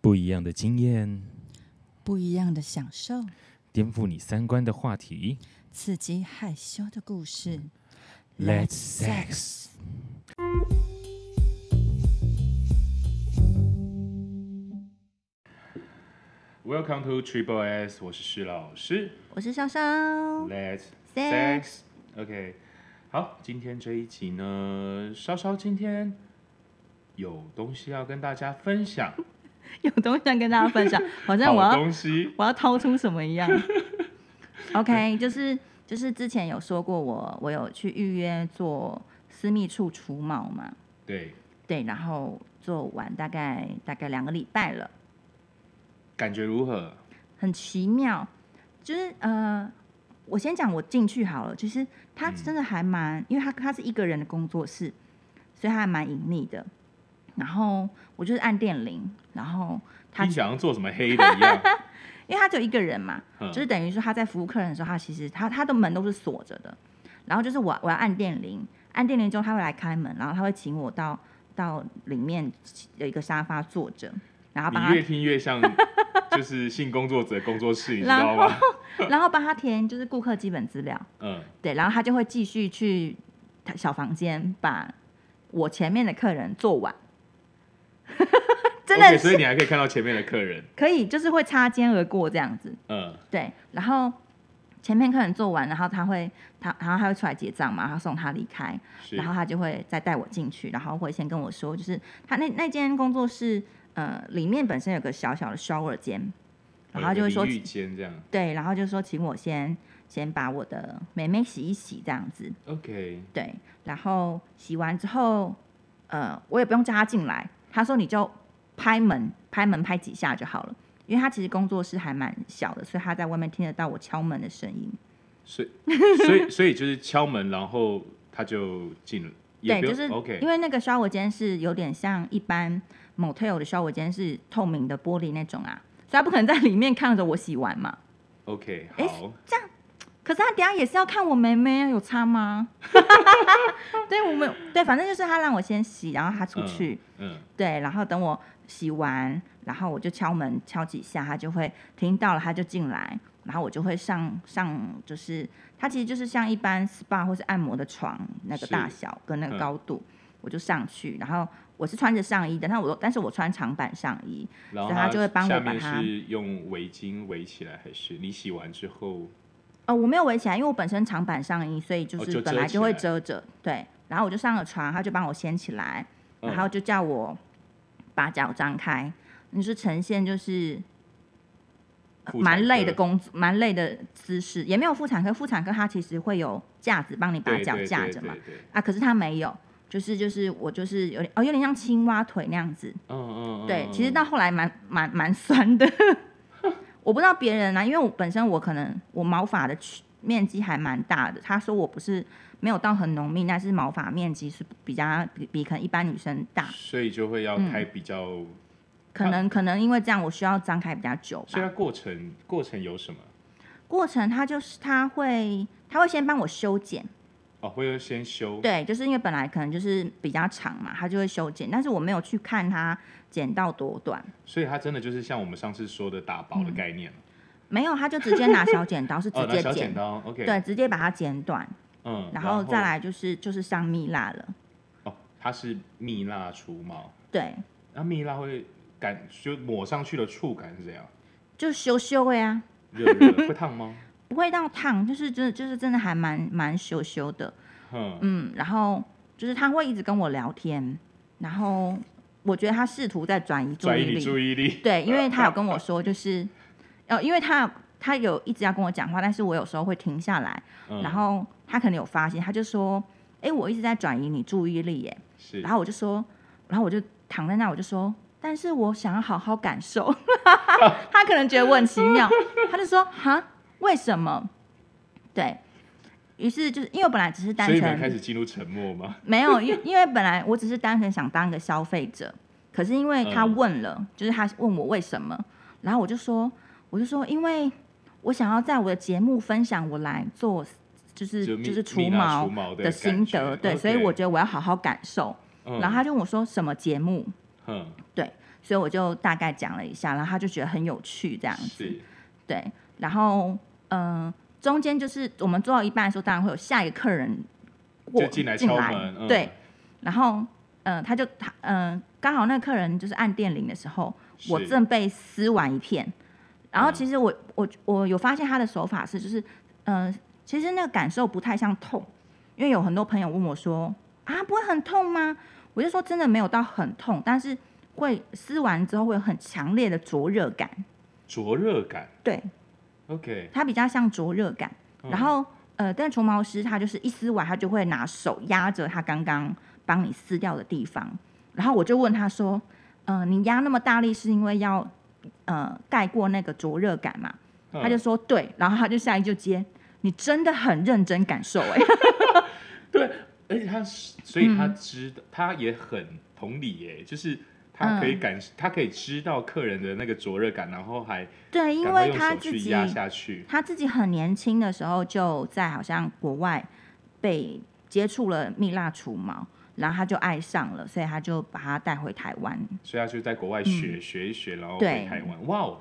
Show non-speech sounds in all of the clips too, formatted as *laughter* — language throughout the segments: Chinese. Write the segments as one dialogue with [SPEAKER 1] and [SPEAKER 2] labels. [SPEAKER 1] 不一样的经验，
[SPEAKER 2] 不一样的享受，
[SPEAKER 1] 颠覆你三观的话题。
[SPEAKER 2] 刺激害羞的故事。
[SPEAKER 1] Let's sex。Welcome to Triple S，我是施老师。
[SPEAKER 2] 我是潇潇。 *laughs*
[SPEAKER 1] Let's
[SPEAKER 2] Sex
[SPEAKER 1] sex。OK，好，今天这一集呢，稍稍今天有东西要跟大家分享，
[SPEAKER 2] 有东西想跟大家 *laughs* 分享，好像我
[SPEAKER 1] 好
[SPEAKER 2] 要
[SPEAKER 1] 东西。
[SPEAKER 2] 我要掏出什么一
[SPEAKER 1] *laughs*
[SPEAKER 2] 样。OK，就是就是之前有说过我我有去预约做私密处除毛嘛，
[SPEAKER 1] 对，
[SPEAKER 2] 对，然后做完大概大概两个礼拜了，
[SPEAKER 1] 感觉如何？
[SPEAKER 2] 很奇妙，就是呃，我先讲我进去好了，就是他
[SPEAKER 1] 嗯
[SPEAKER 2] 真的还蛮，因为他他是一个人的工作室，所以他还蛮隐秘的。然后我就是按电铃，然后他
[SPEAKER 1] 听起来好像做什么黑的一样。
[SPEAKER 2] *laughs* 因为他只有一个人嘛，
[SPEAKER 1] 嗯
[SPEAKER 2] 就是等于说他在服务客人的时候，他其实他他的门都是锁着的。然后就是我我要按电铃，按电铃之后他会来开门，然后他会请我到到里面有一个沙发坐着，然后帮
[SPEAKER 1] 你
[SPEAKER 2] 他
[SPEAKER 1] 越听越
[SPEAKER 2] *laughs*
[SPEAKER 1] 像就是性工作者工作室，你知
[SPEAKER 2] 然
[SPEAKER 1] 道
[SPEAKER 2] *laughs*
[SPEAKER 1] 吗？
[SPEAKER 2] 然后帮他填就是顾客基本资料，
[SPEAKER 1] 嗯，
[SPEAKER 2] 对，然后他就会继续去他小房间把我前面的客人做完，真的
[SPEAKER 1] OK，所以
[SPEAKER 2] 是
[SPEAKER 1] 你还可以看到前面的客人，
[SPEAKER 2] 可以，就是会擦肩而过这样子，
[SPEAKER 1] 嗯，
[SPEAKER 2] 对，然后前面客人做完，然后他会他然后他会出来结账嘛，然后送他离开，
[SPEAKER 1] 是
[SPEAKER 2] 然，后他就会再带我进去，然后会先跟我说，就是他那那间工作室呃里面本身有个小小的 shower 间，然后他就会说
[SPEAKER 1] 有个淋浴间这样
[SPEAKER 2] 对，然后就说请我先先把我的妹妹洗一洗这样子，
[SPEAKER 1] ，OK，
[SPEAKER 2] 对，然后洗完之后，呃，我也不用叫他进来，他说你就拍门，拍门拍几下就好了，因为他其实工作室还蛮小的，所以他在外面听得到我敲门的声音， *laughs*
[SPEAKER 1] 所以所以所以就是敲门，然后他就进了，也
[SPEAKER 2] 对，
[SPEAKER 1] 不
[SPEAKER 2] 就
[SPEAKER 1] 用
[SPEAKER 2] 是
[SPEAKER 1] OK，
[SPEAKER 2] 因为那个 shower 间是有点像一般 motel 的 shower 间是透明的玻璃那种啊，所以他不可能在里面看着我洗完嘛，
[SPEAKER 1] OK，
[SPEAKER 2] 诶
[SPEAKER 1] 好，
[SPEAKER 2] 可是他等一下也是要看我妹妹啊，有差吗？ *laughs* 对，我们对，反正就是他让我先洗，然后他出去，
[SPEAKER 1] 嗯，
[SPEAKER 2] 对，然后等我洗完，然后我就敲门敲几下，他就会听到了，他就进来，然后我就会上上，就是它其实就是像一般 SPA 或是按摩的床那个
[SPEAKER 1] 是
[SPEAKER 2] 大小跟那
[SPEAKER 1] 嗯
[SPEAKER 2] 个高度，我就上去，然后我是穿着上衣的，但我但是我穿长版上衣，
[SPEAKER 1] 然后
[SPEAKER 2] 所以他就会帮我
[SPEAKER 1] 下
[SPEAKER 2] 把
[SPEAKER 1] 面
[SPEAKER 2] 它
[SPEAKER 1] 是用围巾围起来，还是你洗完之后
[SPEAKER 2] 哦，我没有围起来，因为我本身长版上衣，所以就
[SPEAKER 1] 哦
[SPEAKER 2] 是
[SPEAKER 1] 就
[SPEAKER 2] 本
[SPEAKER 1] 遮
[SPEAKER 2] 来
[SPEAKER 1] 起
[SPEAKER 2] 就会
[SPEAKER 1] 来
[SPEAKER 2] 遮着。对，然后我就上了床，他就帮我掀起来，
[SPEAKER 1] 嗯
[SPEAKER 2] 然后就叫我把脚张开。你是呈现就是呃
[SPEAKER 1] 妇
[SPEAKER 2] 蛮
[SPEAKER 1] 产
[SPEAKER 2] 累
[SPEAKER 1] 科
[SPEAKER 2] 的工作，蛮累的姿势，也没有妇产科。妇产科它其实会有架子帮你把
[SPEAKER 1] 对
[SPEAKER 2] 脚
[SPEAKER 1] 对
[SPEAKER 2] 架
[SPEAKER 1] 对
[SPEAKER 2] 着
[SPEAKER 1] 对
[SPEAKER 2] 嘛，
[SPEAKER 1] 对
[SPEAKER 2] 啊，可是他没有，就是就是我就是有点哦，有点像青蛙腿那样子。
[SPEAKER 1] 嗯嗯嗯，
[SPEAKER 2] 对，
[SPEAKER 1] 嗯
[SPEAKER 2] 其实
[SPEAKER 1] 嗯
[SPEAKER 2] 到后来蛮蛮蛮酸的。 *laughs* 我不知道别人啊，因为我本身我可能我毛发的区面积还蛮大的。他说我不是没有到很浓密，但是毛发面积是比较比比可能一般女生大。
[SPEAKER 1] 所以就会要
[SPEAKER 2] 嗯
[SPEAKER 1] 开比较，
[SPEAKER 2] 可能可能因为这样，我需要张开比较久
[SPEAKER 1] 所以它
[SPEAKER 2] 吧。
[SPEAKER 1] 过程过程有什么？
[SPEAKER 2] 过程他就是他会他会先帮我修剪，
[SPEAKER 1] 哦，会先修，
[SPEAKER 2] 对，就是因为本来可能就是比较长嘛，他就会修剪，但是我没有去看他剪到多短。
[SPEAKER 1] 所以它真的就是像我们上次说的打薄的概念，
[SPEAKER 2] 没有，他就直接拿小剪刀，嗯是直
[SPEAKER 1] 哦，拿
[SPEAKER 2] 接
[SPEAKER 1] 小
[SPEAKER 2] 剪
[SPEAKER 1] 剪，刀，OK，
[SPEAKER 2] 对，直接把它剪短，
[SPEAKER 1] 嗯，
[SPEAKER 2] 然后再来就是就是上蜜蜡了，
[SPEAKER 1] 哦，它是蜜蜡除毛，
[SPEAKER 2] 对，
[SPEAKER 1] 那蜜蜡会感就抹上去的触感是怎样？
[SPEAKER 2] 就羞羞哎啊，
[SPEAKER 1] 热
[SPEAKER 2] *laughs*
[SPEAKER 1] 热会烫吗？
[SPEAKER 2] 不会到烫，就是真的就是真的还蛮蛮羞羞的，
[SPEAKER 1] 嗯，
[SPEAKER 2] 嗯，然后就是他会一直跟我聊天，然后我觉得他试图在转移注
[SPEAKER 1] 转移
[SPEAKER 2] 意
[SPEAKER 1] 你注
[SPEAKER 2] 力，
[SPEAKER 1] 意力，
[SPEAKER 2] 对，因为他有跟
[SPEAKER 1] 啊
[SPEAKER 2] 我说就是，呃，因为他他有一直要跟我讲话，但是我有时候会停下来，
[SPEAKER 1] 嗯
[SPEAKER 2] 然后他可能有发现，他就说，哎，我一直在转移你注意力耶，
[SPEAKER 1] 是
[SPEAKER 2] 然后我就说，然后我就躺在那，我就说，但是我想要好好感受。 *laughs* 他可能觉得我很奇妙，他就说，哈，为什么？对于是就是因为我本来只是单
[SPEAKER 1] 所以你们开
[SPEAKER 2] 纯
[SPEAKER 1] 始进入沉默吗？
[SPEAKER 2] 没有，因因为本来我只是单纯想当个消费者，可是因为他
[SPEAKER 1] 嗯
[SPEAKER 2] 问了，就是他问我为什么，然后我就说，我就说，因为我想要在我的节目分享我来做，就是
[SPEAKER 1] 蜜
[SPEAKER 2] 就是除
[SPEAKER 1] 蜜蜡
[SPEAKER 2] 毛
[SPEAKER 1] 除毛
[SPEAKER 2] 的心得，对，所以我觉得我要好好感受。
[SPEAKER 1] 得
[SPEAKER 2] 然后他就问我说什么节目，
[SPEAKER 1] 嗯，
[SPEAKER 2] 对，所以我就大概讲了一下，然后他就觉得很有趣这样子。
[SPEAKER 1] 是
[SPEAKER 2] 对，然后嗯、呃中间就是我们做到一半的时候，当然会有下一个客人过
[SPEAKER 1] 就进来敲门，嗯、
[SPEAKER 2] 对，然后呃，他就他嗯，刚、好那个客人就是按电铃的时候，
[SPEAKER 1] 是，
[SPEAKER 2] 我正被撕完一片，然后
[SPEAKER 1] 嗯
[SPEAKER 2] 其实我我我有发现他的手法是就是嗯、呃其实那个感受不太像痛，因为有很多朋友问我说啊，不会很痛吗？我就说真的没有到很痛，但是会撕完之后会有很强烈的灼热感，
[SPEAKER 1] 灼热感
[SPEAKER 2] 对，
[SPEAKER 1] ，OK，
[SPEAKER 2] 它比较像灼热感。
[SPEAKER 1] 嗯
[SPEAKER 2] 然后呃，但除毛师他就是一撕完，他就会拿手压着他刚刚帮你撕掉的地方。然后我就问他说：“呃，你压那么大力是因为要呃盖过那个灼热感嘛？”
[SPEAKER 1] 嗯
[SPEAKER 2] 他就说：“对。”然后他就下一句就接：“你真的很认真感受哎、
[SPEAKER 1] 对，而且他是，所以他
[SPEAKER 2] 嗯
[SPEAKER 1] 知道，他也很同理耶，就是他可以感，他可以知道客人的那个灼热感，然后还
[SPEAKER 2] *laughs* 对，因
[SPEAKER 1] 赶快
[SPEAKER 2] 为
[SPEAKER 1] 用
[SPEAKER 2] 他
[SPEAKER 1] 手
[SPEAKER 2] 自
[SPEAKER 1] 去
[SPEAKER 2] 己
[SPEAKER 1] 压下去，
[SPEAKER 2] 他自己很年轻的时候就在好像国外被接触了蜜蜡除毛，然后他就爱上了，所以他就把它带回台湾。
[SPEAKER 1] 所以他就在国外学、学一学，然后回
[SPEAKER 2] 嗯对
[SPEAKER 1] 台湾，哇哦，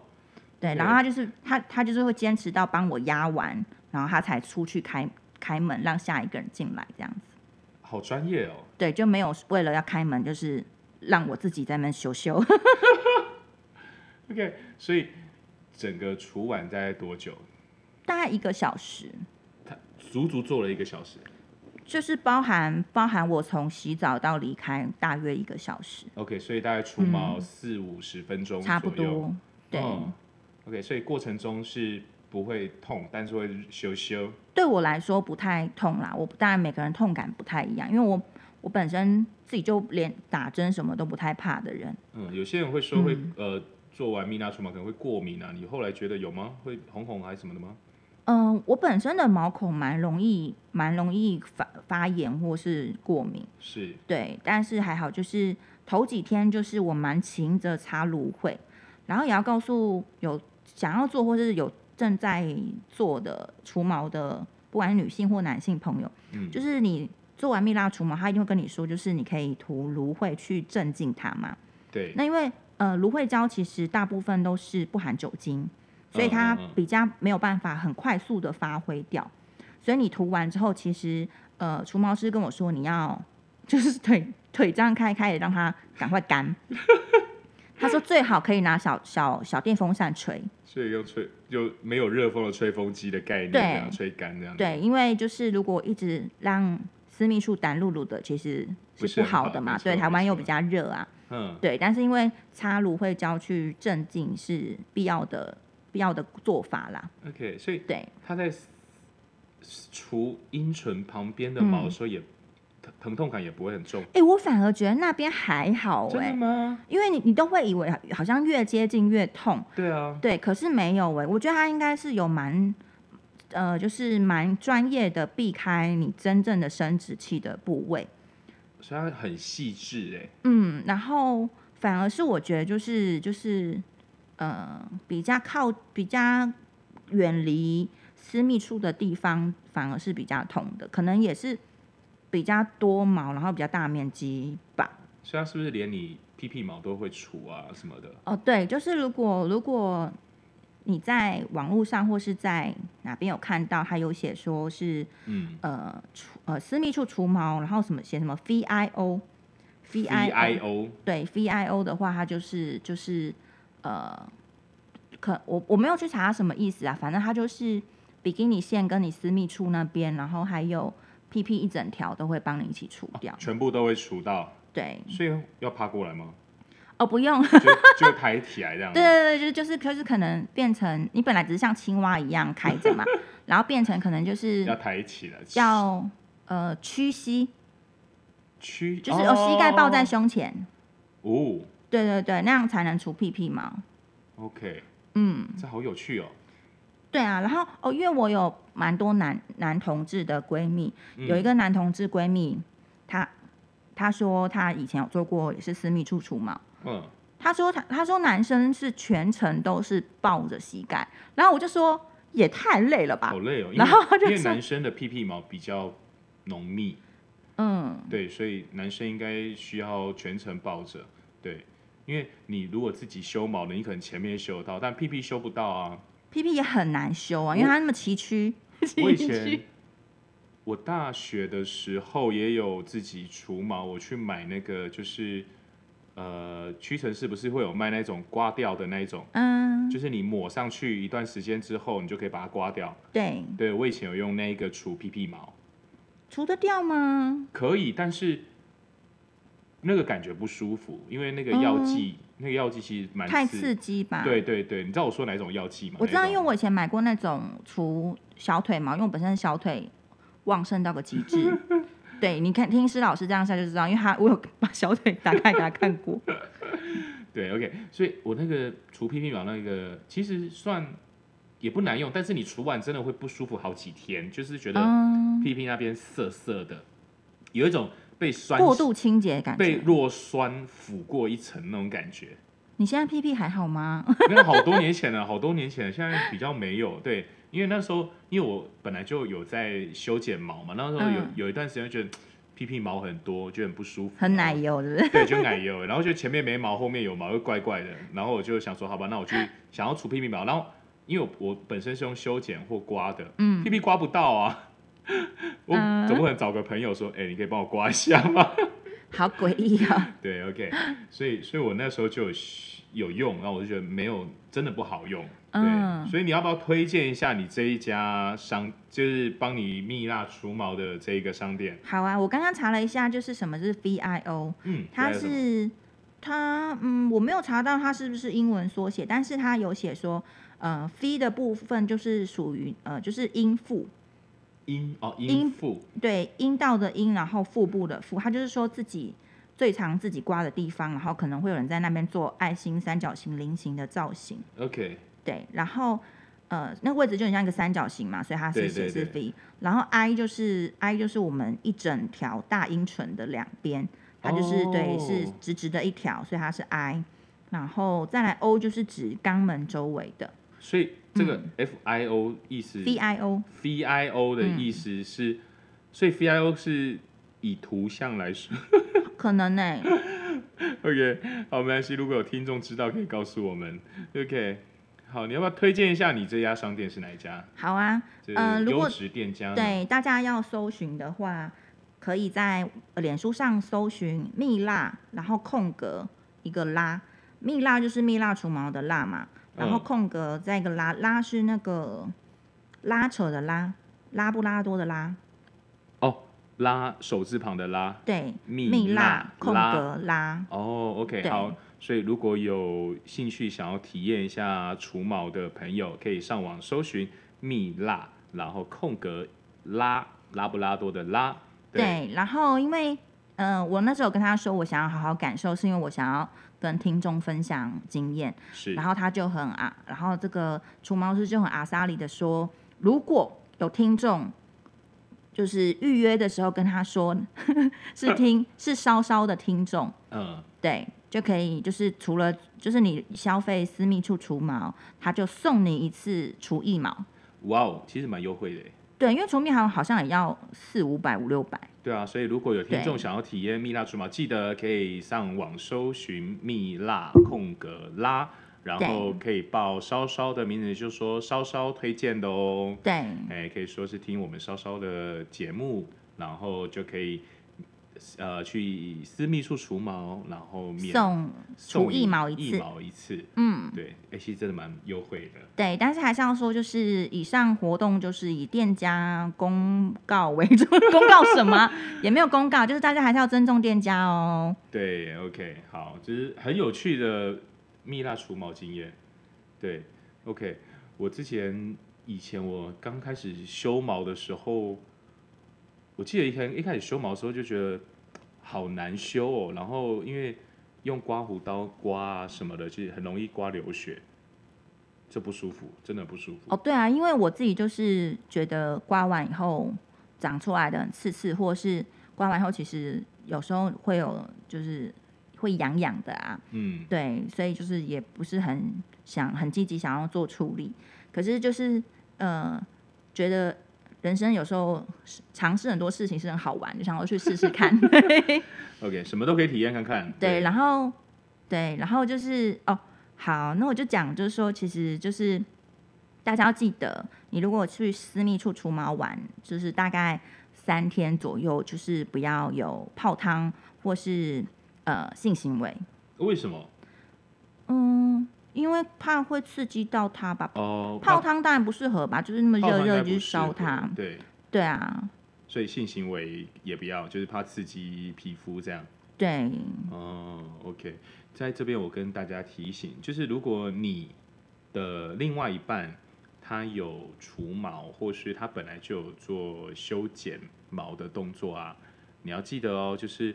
[SPEAKER 2] 对，
[SPEAKER 1] 对
[SPEAKER 2] 然后他就是他他就是会坚持到帮我压完，然后他才出去开开门，让下一个人进来这样子。
[SPEAKER 1] 好专业哦。
[SPEAKER 2] 对，就没有为了要开门，就是让我自己在那边羞羞。
[SPEAKER 1] OK，所以整个除完大概多久？
[SPEAKER 2] *laughs* 大概一个小时，
[SPEAKER 1] 他足足做了一个小时。
[SPEAKER 2] 就是包含包含我从洗澡到离开大约一个小时，
[SPEAKER 1] OK，所以大概除毛四五十分钟
[SPEAKER 2] 嗯差不
[SPEAKER 1] 左右。
[SPEAKER 2] 多。对，
[SPEAKER 1] 嗯 OK，所以过程中是不会痛，但是会哦羞羞。
[SPEAKER 2] 对我来说不太痛啦。我当然每个人痛感不太一样，因为我我本身自己就连打针什么都不太怕的人。
[SPEAKER 1] 嗯，有些人会说会、呃做完蜜蜡除毛可能会过敏啊，你后来觉得有吗？会红红还是什么的吗？
[SPEAKER 2] 嗯，我本身的毛孔蛮容易蛮容易发发炎或是过敏，
[SPEAKER 1] 是
[SPEAKER 2] 对，但是还好，就是头几天就是我蛮勤着擦芦荟，然后也要告诉有想要做或是有正在做的除毛的，不管是女性或男性朋友，
[SPEAKER 1] 嗯
[SPEAKER 2] 就是你做完蜜蜡除毛，他一定会跟你说，就是你可以涂芦荟去镇静它嘛。
[SPEAKER 1] 对，
[SPEAKER 2] 那因为呃，芦荟胶其实大部分都是不含酒精，所以它
[SPEAKER 1] 嗯嗯嗯
[SPEAKER 2] 比较没有办法很快速的发挥掉。所以你涂完之后，其实呃，除毛师跟我说你要就是腿腿这样开一开，让它赶
[SPEAKER 1] *laughs*
[SPEAKER 2] 快干。他说最好可以拿小小小电风扇吹，
[SPEAKER 1] 所以用吹就没有热风的吹风机的概念，
[SPEAKER 2] 对
[SPEAKER 1] 这样吹干这样。，
[SPEAKER 2] 对，因为就是如果一直让私密处单露露的，其实
[SPEAKER 1] 不
[SPEAKER 2] 是
[SPEAKER 1] 是
[SPEAKER 2] 不
[SPEAKER 1] 很好
[SPEAKER 2] 好的
[SPEAKER 1] 没
[SPEAKER 2] 嘛。
[SPEAKER 1] 错
[SPEAKER 2] 对，台湾
[SPEAKER 1] 没
[SPEAKER 2] 又
[SPEAKER 1] 错
[SPEAKER 2] 比较热啊，
[SPEAKER 1] 嗯，
[SPEAKER 2] 对，但是因为插芦荟胶去镇静是必要的必要的做法啦。
[SPEAKER 1] OK，所以
[SPEAKER 2] 对，
[SPEAKER 1] 它在除阴唇旁边的毛的
[SPEAKER 2] 嗯
[SPEAKER 1] 时候也、疼疼痛感也不会很重，
[SPEAKER 2] 哎、我反而觉得那边还好
[SPEAKER 1] 真
[SPEAKER 2] 哎、
[SPEAKER 1] 的吗？
[SPEAKER 2] 因为你你都会以为好像越接近越痛，
[SPEAKER 1] 对啊，
[SPEAKER 2] 对，可是没有哎、我觉得它应该是有蛮。呃，就是蛮专业的避开你真正的生殖器的部位，
[SPEAKER 1] 所以它很细致哎，
[SPEAKER 2] 嗯，然后反而是我觉得就是就是呃比较靠比较远离私密处的地方，反而是比较痛的，可能也是比较多毛，然后比较大面积吧。
[SPEAKER 1] 所以它是不是连你屁屁毛都会除啊什么的？
[SPEAKER 2] 哦，对，就是如果如果你在网络上或是在哪边有看到，它有写说是
[SPEAKER 1] 嗯
[SPEAKER 2] 呃除呃私密处除毛，然后什么写什么 VIO。
[SPEAKER 1] ，V I O
[SPEAKER 2] 对 VIO 的话，它就是就是呃，可我我没有去查它什么意思啊，反正它就是比基尼线跟你私密处那边，然后还有屁屁一整条都会帮你一起除掉。
[SPEAKER 1] 全部都会除到，
[SPEAKER 2] 对，
[SPEAKER 1] 所以要趴过来吗？
[SPEAKER 2] 哦，不用， *laughs*
[SPEAKER 1] 就就抬起来这样。
[SPEAKER 2] 对啊对对，就是就是就是可能变成你本来只是像青蛙一样开着嘛，然后变成可能就是
[SPEAKER 1] 要抬起来，
[SPEAKER 2] 要呃屈膝，
[SPEAKER 1] 屈，
[SPEAKER 2] 就是有膝盖抱在
[SPEAKER 1] 哦。
[SPEAKER 2] 胸前，
[SPEAKER 1] 哦
[SPEAKER 2] 对对对，那样才能除屁屁毛。
[SPEAKER 1] ，OK，
[SPEAKER 2] 嗯。
[SPEAKER 1] 这好有趣哦。
[SPEAKER 2] 对啊，然后哦，因为我有蛮多男男同志的闺蜜，
[SPEAKER 1] 嗯
[SPEAKER 2] 有一个男同志闺蜜，她她说她以前有做过也是私密处除毛，
[SPEAKER 1] 嗯，
[SPEAKER 2] 她说她她说男生是全程都是抱着膝盖，然后我就说也太累了吧
[SPEAKER 1] 好，累哦。因为
[SPEAKER 2] 然后他就
[SPEAKER 1] 因为
[SPEAKER 2] 说
[SPEAKER 1] 男生的屁屁毛比较浓密，
[SPEAKER 2] 嗯，
[SPEAKER 1] 对，所以男生应该需要全程抱着。对，因为你如果自己修毛的，你可能前面也修得到，但屁屁修不到啊。
[SPEAKER 2] 屁屁也很难修啊，因为它那么崎岖。
[SPEAKER 1] 我以
[SPEAKER 2] 崎
[SPEAKER 1] 前
[SPEAKER 2] 岖
[SPEAKER 1] 我大学的时候也有自己除毛，我去买那个就是呃屈臣氏不是会有卖那种刮掉的那一种，
[SPEAKER 2] 嗯，
[SPEAKER 1] 就是你抹上去一段时间之后，你就可以把它刮掉。
[SPEAKER 2] 对，
[SPEAKER 1] 对我以前有用那个除屁屁毛，
[SPEAKER 2] 除得掉吗？
[SPEAKER 1] 可以，但是那个感觉不舒服，因为那个药剂、那个药剂其实蛮
[SPEAKER 2] 嗯太
[SPEAKER 1] 刺
[SPEAKER 2] 刺激吧？
[SPEAKER 1] 对对对，你知道我说哪一种药剂吗？
[SPEAKER 2] 我知道，
[SPEAKER 1] 哪一
[SPEAKER 2] 因为
[SPEAKER 1] 种
[SPEAKER 2] 我以前买过那种除小腿毛，因为我本身小腿旺盛到个极致。对，你看听施老师这样下就知道，因为他我有把小腿打开给他看过。
[SPEAKER 1] 对 OK，所以我那个除屁屁毛那个其实算也不难用，但是你除完真的会不舒服好几天，就是觉得
[SPEAKER 2] 嗯，
[SPEAKER 1] 屁屁那边涩涩的，有一种被酸
[SPEAKER 2] 过度清洁的感
[SPEAKER 1] 被
[SPEAKER 2] 觉。
[SPEAKER 1] 弱酸抚过一层那种感觉。
[SPEAKER 2] 你现在屁屁还好吗？ *laughs*
[SPEAKER 1] 那好多年前了，好多年前了，现在比较没有。对，因为那时候，因为我本来就有在修剪毛嘛，那时候有、
[SPEAKER 2] 嗯
[SPEAKER 1] 有一段时间觉得屁屁毛很多，就很不舒服，啊
[SPEAKER 2] 很
[SPEAKER 1] 然
[SPEAKER 2] 奶
[SPEAKER 1] 后，
[SPEAKER 2] 油， *laughs* 是不是？
[SPEAKER 1] 对，就奶油，然后就前面没毛，后面有毛又怪怪的，然后我就想说，好吧，那我去想要除屁屁毛，然后因为我我本身是用修剪或刮的，
[SPEAKER 2] 嗯
[SPEAKER 1] 屁，屁刮不到啊。 *laughs* 我
[SPEAKER 2] 嗯
[SPEAKER 1] 总不能找个朋友说，哎、你可以帮我刮一下吗？ *laughs*
[SPEAKER 2] 好诡异啊！
[SPEAKER 1] 对，OK，所以所以我那时候就有有用，然后我就觉得没有真的不好用， *laughs* 对，
[SPEAKER 2] 嗯
[SPEAKER 1] 所以你要不要推荐一下你这一家商，就是帮你蜜蜡除毛的这一个商店？
[SPEAKER 2] 好啊，我刚刚查了一下，就是什么是 VIO，
[SPEAKER 1] 嗯，
[SPEAKER 2] 它
[SPEAKER 1] 还有什么
[SPEAKER 2] 是它嗯，我没有查到它是不是英文缩写，但是它有写说，呃，V 的部分就是属于呃，就是阴腹，
[SPEAKER 1] 阴哦阴
[SPEAKER 2] 阴
[SPEAKER 1] 腹，
[SPEAKER 2] 对，阴道的阴，然后腹部的腹，它就是说自己最常自己刮的地方，然后可能会有人在那边做爱心、三角形、菱形的造型，
[SPEAKER 1] OK，
[SPEAKER 2] 对，然后。呃，那个位置就很像一个三角形嘛，所以它
[SPEAKER 1] 对
[SPEAKER 2] 是写
[SPEAKER 1] 对
[SPEAKER 2] 是 V，
[SPEAKER 1] 对
[SPEAKER 2] 然后 I 就是 I 就是我们一整条大阴唇的两边，它就是、对是
[SPEAKER 1] 哦
[SPEAKER 2] 直直的一条，所以它是 I，然后再来 O 就是指肛门周围的
[SPEAKER 1] 所以这个 F I O 意思、
[SPEAKER 2] 嗯 V I O，嗯
[SPEAKER 1] V I O 的意思是，所以 V I O 是以图像来说 *laughs*
[SPEAKER 2] 可能欸呢、
[SPEAKER 1] ，OK，好，没关系，如果有听众知道可以告诉我们，OK。好，你要不要推荐一下你这家商店是哪一家？
[SPEAKER 2] 好啊，
[SPEAKER 1] 这
[SPEAKER 2] 呃如
[SPEAKER 1] 优
[SPEAKER 2] 果
[SPEAKER 1] 质店家呢，
[SPEAKER 2] 对，大家要搜寻的话，可以在呃脸书上搜寻蜜蜡，然后空格一个拉，蜜蜡就是蜜蜡除毛的蜡嘛，然后
[SPEAKER 1] 嗯
[SPEAKER 2] 空格再一个拉，拉是那个拉扯的拉，拉布拉多的拉，
[SPEAKER 1] 哦，拉手字旁的拉。
[SPEAKER 2] 对，
[SPEAKER 1] 蜜
[SPEAKER 2] 蜜
[SPEAKER 1] 蜡
[SPEAKER 2] 蜡空
[SPEAKER 1] 拉
[SPEAKER 2] 格拉，
[SPEAKER 1] 哦，OK，
[SPEAKER 2] 对
[SPEAKER 1] 好。所以如果有兴趣想要体验一下除毛的朋友，可以上网搜寻蜜蜡，然后空格拉拉布拉多的拉。
[SPEAKER 2] 对，然后因为。嗯，我那时候跟他说，我想要好好感受，是因为我想要跟听众分享经验。
[SPEAKER 1] 是
[SPEAKER 2] 然后他就很啊，然后这个除毛师就很阿萨里的说，如果有听众就是预约的时候跟他说 *laughs*
[SPEAKER 1] *laughs*
[SPEAKER 2] 是听是稍稍的听众，
[SPEAKER 1] 嗯，
[SPEAKER 2] 对，就可以就是除了就是你消费私密处除毛，他就送你一次除腋毛，
[SPEAKER 1] 哇哦，其实蛮优惠的耶。
[SPEAKER 2] 对，因为除腋毛好像也要四五百五六百，
[SPEAKER 1] 对啊，所以如果有听众
[SPEAKER 2] 对
[SPEAKER 1] 想要体验蜜蜡除毛，记得可以上网搜寻蜜蜡空格拉，然后可以报稍稍的名字，就说稍稍推荐的哦。
[SPEAKER 2] 对，
[SPEAKER 1] 哎，可以说是听我们稍稍的节目，然后就可以呃去私密处除毛，然后免
[SPEAKER 2] 送
[SPEAKER 1] 送
[SPEAKER 2] 除
[SPEAKER 1] 你
[SPEAKER 2] 一毛一
[SPEAKER 1] 一
[SPEAKER 2] 次
[SPEAKER 1] 毛一次，
[SPEAKER 2] 嗯。
[SPEAKER 1] 对，哎，其实真的蛮优惠的。
[SPEAKER 2] 对，但是还是要说，就是以上活动就是以店家公告为主， *laughs* 公告什么啊也没有公告，就是大家还是要尊重店家哦。
[SPEAKER 1] 对，OK，好，就是很有趣的蜜蜡除毛经验。对，OK，我之前以前我刚开始修毛的时候，我记得一开一开始修毛的时候就觉得好难修哦，然后因为用刮胡刀刮啊什么的，就是很容易刮流血，这不舒服，真的不舒服。
[SPEAKER 2] 哦，对啊，因为我自己就是觉得刮完以后长出来的很刺刺，或是刮完以后其实有时候会有就是会痒痒的啊，
[SPEAKER 1] 嗯，
[SPEAKER 2] 对，所以就是也不是很想很积极想要做处理，可是就是呃，觉得人生有时候是尝试很多事情是很好玩，就想要去试试看。
[SPEAKER 1] OK，什么都可以体验看看。
[SPEAKER 2] 对，然后对，然后就是哦，好，那我就讲，就是说，其实就是大家要记得，你如果去私密处除毛玩，就是大概三天左右，就是不要有泡汤或是呃性行为，
[SPEAKER 1] 为什么？
[SPEAKER 2] 嗯，因为怕会刺激到它吧。
[SPEAKER 1] 哦，
[SPEAKER 2] 泡汤当然不适合吧，就是那么
[SPEAKER 1] 泡
[SPEAKER 2] 热
[SPEAKER 1] 汤应该
[SPEAKER 2] 热
[SPEAKER 1] 不
[SPEAKER 2] 就去
[SPEAKER 1] 适
[SPEAKER 2] 烧
[SPEAKER 1] 合
[SPEAKER 2] 它，
[SPEAKER 1] 对，
[SPEAKER 2] 对啊，
[SPEAKER 1] 所以性行为也不要，就是怕刺激皮肤这样。
[SPEAKER 2] 对，
[SPEAKER 1] 哦，OK，在这边我跟大家提醒，就是如果你的另外一半他有除毛，或是他本来就有做修剪毛的动作啊，你要记得哦，就是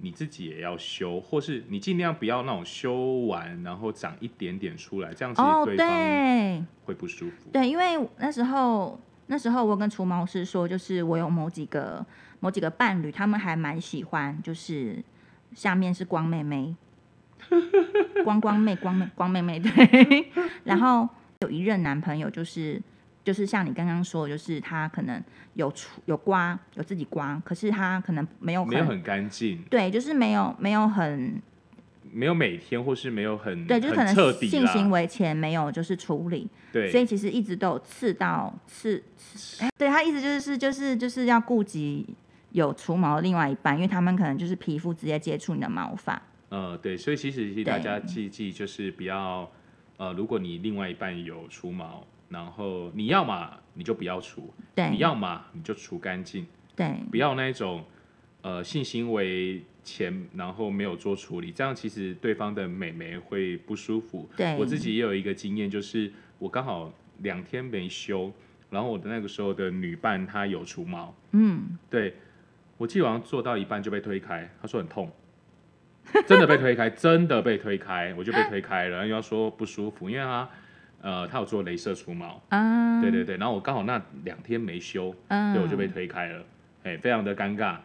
[SPEAKER 1] 你自己也要修，或是你尽量不要那种修完然后长一点点出来，这样其
[SPEAKER 2] 哦，
[SPEAKER 1] 实对方
[SPEAKER 2] 对，
[SPEAKER 1] 会不舒服。
[SPEAKER 2] 对，因为那时候那时候我跟除毛师说，就是我有某几个某几个伴侣，他们还蛮喜欢，就是下面是光妹妹，光光妹，光妹，光妹妹，对。然后有一任男朋友就是。就是像你刚刚说，就是他可能有除有刮有自己刮，可是他可能没有
[SPEAKER 1] 没有很干净，
[SPEAKER 2] 对，就是没有没有很
[SPEAKER 1] 没有每天，或是没有很
[SPEAKER 2] 对，就是可
[SPEAKER 1] 很彻
[SPEAKER 2] 能
[SPEAKER 1] 底
[SPEAKER 2] 性
[SPEAKER 1] 啦
[SPEAKER 2] 行为前没有就是处理，
[SPEAKER 1] 对，
[SPEAKER 2] 所以其实一直都有刺到刺，刺哎对他意思就是就是就是要顾及有除毛的另外一半，因为他们可能就是皮肤直接接触你的毛发，
[SPEAKER 1] 呃，对，所以其实是
[SPEAKER 2] 对
[SPEAKER 1] 大家记记就是不要，呃，如果你另外一半有除毛，然后你要嘛你就不要除，你
[SPEAKER 2] 对
[SPEAKER 1] 要嘛你就除干净，
[SPEAKER 2] 对
[SPEAKER 1] 不要那一种呃性行为前然后没有做处理，这样其实对方的美眉会不舒服。
[SPEAKER 2] 对，
[SPEAKER 1] 我自己也有一个经验，就是我刚好两天没休，然后我的那个时候的女伴她有除毛，
[SPEAKER 2] 嗯，
[SPEAKER 1] 对，我记得好像做到一半就被推开，他说很痛，真的被推开，真的被推开，我就被推开了，然后又要说不舒服，因为他呃他有做镭射除毛，
[SPEAKER 2] 啊，
[SPEAKER 1] 对对对，然后我刚好那两天没休，
[SPEAKER 2] 嗯，
[SPEAKER 1] 对我就被推开了，哎，非常的尴尬，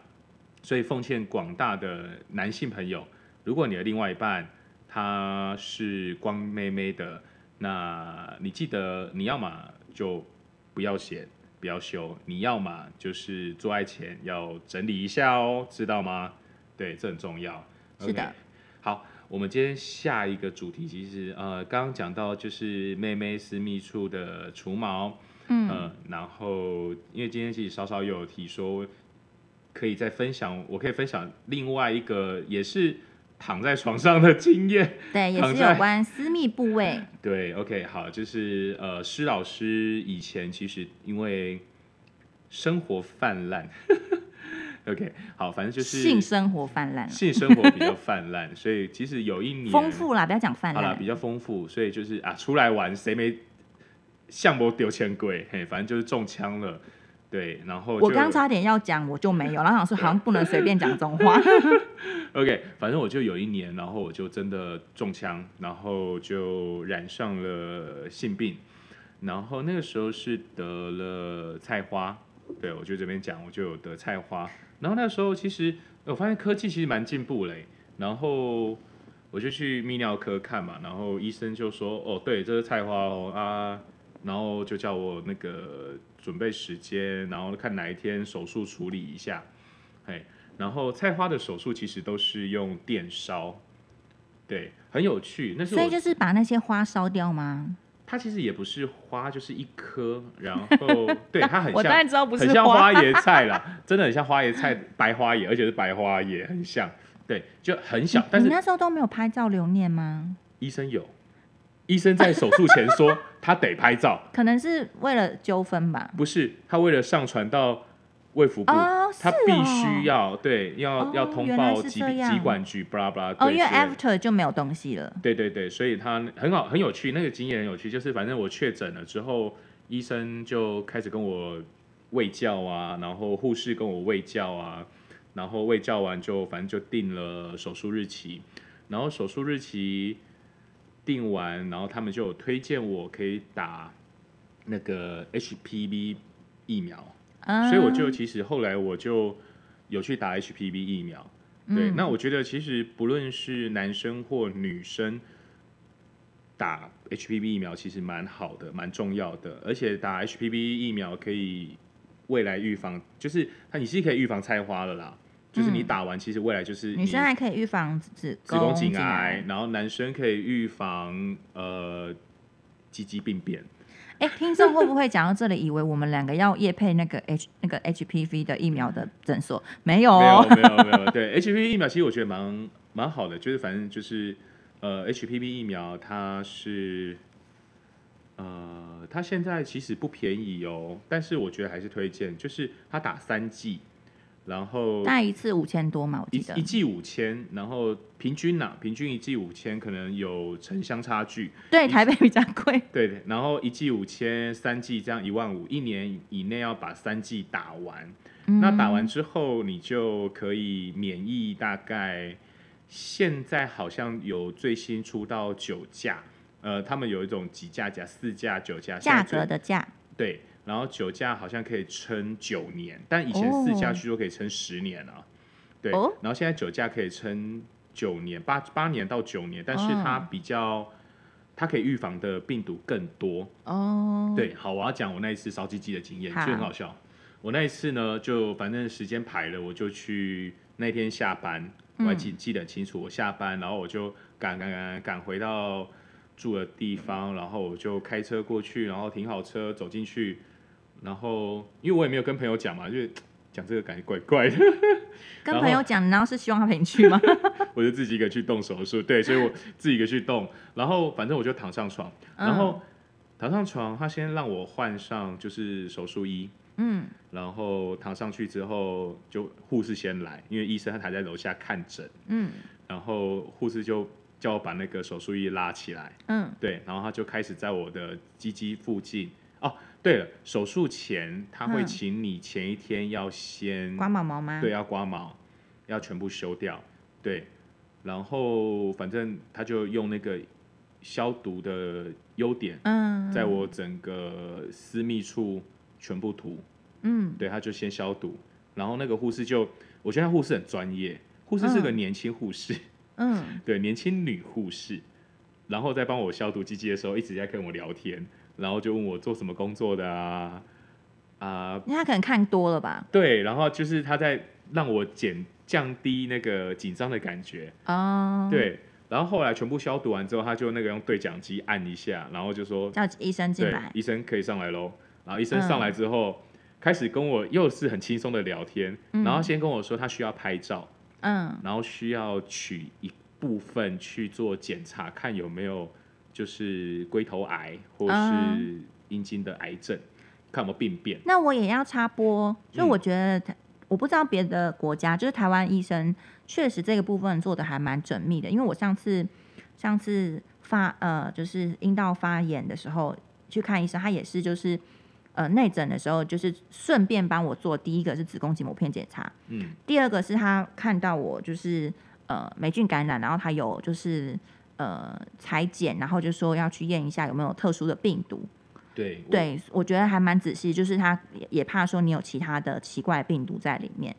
[SPEAKER 1] 所以奉劝广大的男性朋友，如果你的另外一半他是光妹妹的，那你记得你要么就不要嫌，不要羞，你要么就是做爱前要整理一下哦，知道吗？对，这很重要。
[SPEAKER 2] 是的
[SPEAKER 1] OK 好，我们今天下一个主题其实呃，刚刚讲到就是妹妹私密处的除毛，
[SPEAKER 2] 嗯
[SPEAKER 1] 呃，然后因为今天其实稍稍有提说，可以再分享，我可以分享另外一个也是躺在床上的经验。 *laughs*
[SPEAKER 2] 对，也
[SPEAKER 1] 躺
[SPEAKER 2] 是
[SPEAKER 1] 在
[SPEAKER 2] 有关私密部位，
[SPEAKER 1] 对，OK，好，就是呃，施老师以前其实因为生活泛滥，OK，好，反正就是
[SPEAKER 2] 性生活泛滥了，
[SPEAKER 1] 性生活比较泛滥，所以其实有一年
[SPEAKER 2] 丰富啦，不要讲泛
[SPEAKER 1] 好啦，
[SPEAKER 2] 滥
[SPEAKER 1] 比，较丰富，所以就是啊，出来玩谁没项目丢钱鬼，嘿，反正就是中枪了，对，然后
[SPEAKER 2] 我
[SPEAKER 1] 就
[SPEAKER 2] 刚刚差点要讲，我就没有，然后想说好像不能随便讲这种话，
[SPEAKER 1] 啊
[SPEAKER 2] *laughs*
[SPEAKER 1] *laughs* OK，反正我就有一年，然后我就真的中枪，然后就染上了性病，然后那个时候是得了菜花，对我就这边讲，我就有得菜花，然后那时候其实我发现科技其实蛮进步嘞、欸然后我就去泌尿科看嘛，然后医生就说，哦，对，这是菜花哦啊，然后就叫我那个准备时间，然后看哪一天手术处理一下，嘿。然后菜花的手术其实都是用电烧，对，很有趣。那是
[SPEAKER 2] 所以
[SPEAKER 1] 我
[SPEAKER 2] 就是把那些花烧掉吗？
[SPEAKER 1] 它其实也不是花，就是一颗，然后对它很
[SPEAKER 2] *laughs* 我当
[SPEAKER 1] 像
[SPEAKER 2] 然知道不
[SPEAKER 1] 很
[SPEAKER 2] 是
[SPEAKER 1] 像花
[SPEAKER 2] 花，
[SPEAKER 1] 椰菜啦，真的很像花椰菜，白花椰，而且是白花椰，很像。对，就很小，但
[SPEAKER 2] 你
[SPEAKER 1] 是
[SPEAKER 2] 那时候都没有拍照留念吗？
[SPEAKER 1] 医生有，医生在手术前说他得拍照，
[SPEAKER 2] 可能是为了纠纷吧。
[SPEAKER 1] 不是他为了上传到卫福部，
[SPEAKER 2] 哦，
[SPEAKER 1] 他
[SPEAKER 2] 是
[SPEAKER 1] 必
[SPEAKER 2] 哦
[SPEAKER 1] 须要对要、
[SPEAKER 2] 哦
[SPEAKER 1] 要通
[SPEAKER 2] 原来
[SPEAKER 1] 报
[SPEAKER 2] 是
[SPEAKER 1] 疾
[SPEAKER 2] 这样
[SPEAKER 1] 疾管局，巴拉巴拉。
[SPEAKER 2] 哦，
[SPEAKER 1] 对
[SPEAKER 2] 因为
[SPEAKER 1] 所以
[SPEAKER 2] after 就没有东西了。
[SPEAKER 1] 对对对，所以他很好，很有趣，那个经验很有趣。就是反正我确诊了之后，医生就开始跟我喂教啊，然后护士跟我喂教啊，然后喂教完就反正就定了手术日期，然后手术日期定完，然后他们就有推荐我可以打那个 HPV 疫苗，
[SPEAKER 2] 嗯，
[SPEAKER 1] 所以我就其实后来我就有去打 HPV 疫苗。对，
[SPEAKER 2] 嗯
[SPEAKER 1] 那我觉得其实不论是男生或女生，打 HPV 疫苗其实蛮好的，蛮重要的，而且打 HPV 疫苗可以未来预防，就是它你是可以预防菜花了啦。就是
[SPEAKER 2] 嗯
[SPEAKER 1] 你打完，其实未来就是
[SPEAKER 2] 女
[SPEAKER 1] 你
[SPEAKER 2] 生还可以预防子
[SPEAKER 1] 子宫
[SPEAKER 2] 颈
[SPEAKER 1] 颈癌，然后男生可以预防呃鸡鸡病变。
[SPEAKER 2] 哎，听众会不会讲到这里，以为我们两个要夜配那个 H 那个 HPV 的疫苗的诊所？没有
[SPEAKER 1] 没有
[SPEAKER 2] 哦，
[SPEAKER 1] 没有没有，对 *laughs* HPV 疫苗其实我觉得蛮蛮好的，就是反正就是呃 HPV 疫苗它是呃它现在其实不便宜哦，但是我觉得还是推荐，就是它打三剂，然后
[SPEAKER 2] 大概一次五千多嘛，我
[SPEAKER 1] 一
[SPEAKER 2] 记得
[SPEAKER 1] 一。剂五千，然后平均呐、平均一剂五千，可能有城乡差距，
[SPEAKER 2] 对，台北比较贵。
[SPEAKER 1] 对，然后一剂五千，三剂这样一万五，一年以内要把三剂打完。
[SPEAKER 2] 嗯
[SPEAKER 1] 那打完之后，你就可以免疫大概现在好像有最新出到九价，呃，他们有一种几价加四价、九价，现
[SPEAKER 2] 价
[SPEAKER 1] 在最
[SPEAKER 2] 格的价，
[SPEAKER 1] 对，然后九价好像可以撑九年，但以前四价据说可以撑十年啊，对，
[SPEAKER 2] 哦
[SPEAKER 1] 然后现在九价可以撑九年，八八年到九年，但是它
[SPEAKER 2] 哦
[SPEAKER 1] 比较、它可以预防的病毒更多，
[SPEAKER 2] 哦，
[SPEAKER 1] 对，好，我要讲我那一次烧鸡鸡的经验，就
[SPEAKER 2] 好
[SPEAKER 1] 很好笑。我那一次呢，就反正时间排了，我就去那天下班，我还记记得很清楚，我下班，然后我就赶赶赶赶回到住的地方，然后我就开车过去，然后停好车走进去，然后因为我也没有跟朋友讲嘛，就是讲这个感觉怪怪的， *laughs*
[SPEAKER 2] 跟
[SPEAKER 1] 然
[SPEAKER 2] 朋友
[SPEAKER 1] 后
[SPEAKER 2] 讲，然后是希望他陪你
[SPEAKER 1] *laughs*
[SPEAKER 2] 去吗？
[SPEAKER 1] 我就自己一个去动手术，对，所以我自己一个去动，然后反正我就躺上床，
[SPEAKER 2] 嗯
[SPEAKER 1] 然后躺上床，他先让我换上就是手术衣，
[SPEAKER 2] 嗯，
[SPEAKER 1] 然后躺上去之后，就护士先来，因为医生他还在楼下看诊，
[SPEAKER 2] 嗯
[SPEAKER 1] 然后护士就叫我把那个手术衣拉起来，
[SPEAKER 2] 嗯
[SPEAKER 1] 对，然后他就开始在我的鸡鸡附近。哦，对了，手术前他会
[SPEAKER 2] 嗯
[SPEAKER 1] 请你前一天要先、
[SPEAKER 2] 嗯，刮毛毛吗？
[SPEAKER 1] 对，要刮毛，要全部修掉，对，然后反正他就用那个消毒的优点，
[SPEAKER 2] 嗯，
[SPEAKER 1] 在我整个私密处全部涂。
[SPEAKER 2] 嗯
[SPEAKER 1] 对，他就先消毒，然后那个护士就，我觉得那护士很专业，护士是个
[SPEAKER 2] 嗯
[SPEAKER 1] 年轻护士， *laughs*
[SPEAKER 2] 嗯，
[SPEAKER 1] 对，年轻女护士，然后在帮我消毒鸡鸡的时候，一直在跟我聊天，然后就问我做什么工作的啊啊，
[SPEAKER 2] 因为他可能看多了吧？
[SPEAKER 1] 对，然后就是他在让我减降低那个紧张的感觉，
[SPEAKER 2] 哦，，
[SPEAKER 1] 对，然后后来全部消毒完之后，他就那个用对讲机按一下，然后就说
[SPEAKER 2] 叫医生进
[SPEAKER 1] 对，
[SPEAKER 2] 来，嗯
[SPEAKER 1] 医生可以上来喽。然后医生上来之后，开始跟我又是很轻松的聊天，
[SPEAKER 2] 嗯
[SPEAKER 1] 然后先跟我说他需要拍照，
[SPEAKER 2] 嗯
[SPEAKER 1] 然后需要取一部分去做检查，看有没有就是龟头癌或是
[SPEAKER 2] 嗯
[SPEAKER 1] 阴茎的癌症，看有没有病变。
[SPEAKER 2] 那我也要插播，就
[SPEAKER 1] 嗯
[SPEAKER 2] 我觉得台、我不知道别的国家，就是台湾医生确实这个部分做的还蛮缜密的，因为我上次上次发呃就是阴道发炎的时候去看医生，他也是就是呃内诊的时候，就是顺便帮我做第一个是子宫颈膜片检查，
[SPEAKER 1] 嗯
[SPEAKER 2] 第二个是他看到我就是呃霉菌感染，然后他有就是。呃，裁剪，然后就说要去验一下有没有特殊的病毒，
[SPEAKER 1] 对，我
[SPEAKER 2] 对，我觉得还蛮仔细，就是他也也怕说你有其他的奇怪病毒在里面。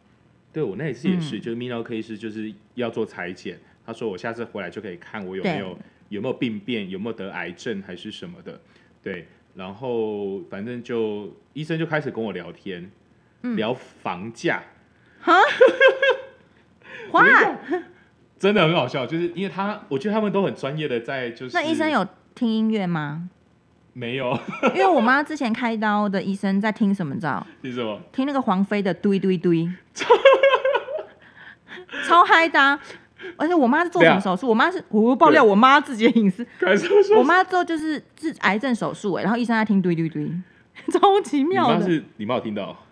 [SPEAKER 1] 对我那一次也是，
[SPEAKER 2] 嗯
[SPEAKER 1] 就是泌尿科医师就是要做裁剪，他说我下次回来就可以看我有没有有没有病变，有没有得癌症还是什么的。对，然后反正就医生就开始跟我聊天，
[SPEAKER 2] 嗯
[SPEAKER 1] 聊房价，
[SPEAKER 2] 哇，
[SPEAKER 1] 真的很好笑，就是因为他，我觉得他们都很专业的在就是
[SPEAKER 2] 那医生有听音乐吗？
[SPEAKER 1] 没有？ *laughs*
[SPEAKER 2] 因为我妈之前开刀的医生在听什么？你知道？
[SPEAKER 1] 是什么？
[SPEAKER 2] 听那个黄飞的《堆堆堆》，超嗨的啊、而且我妈是做什么手术？我妈是我爆料我妈自己的隐私。
[SPEAKER 1] 开始说
[SPEAKER 2] 我妈之后就是治癌症手术、欸，然后医生在听《堆堆堆》， *laughs* 超奇
[SPEAKER 1] 你
[SPEAKER 2] 妙
[SPEAKER 1] 妈
[SPEAKER 2] 的。
[SPEAKER 1] 是你妈有听到？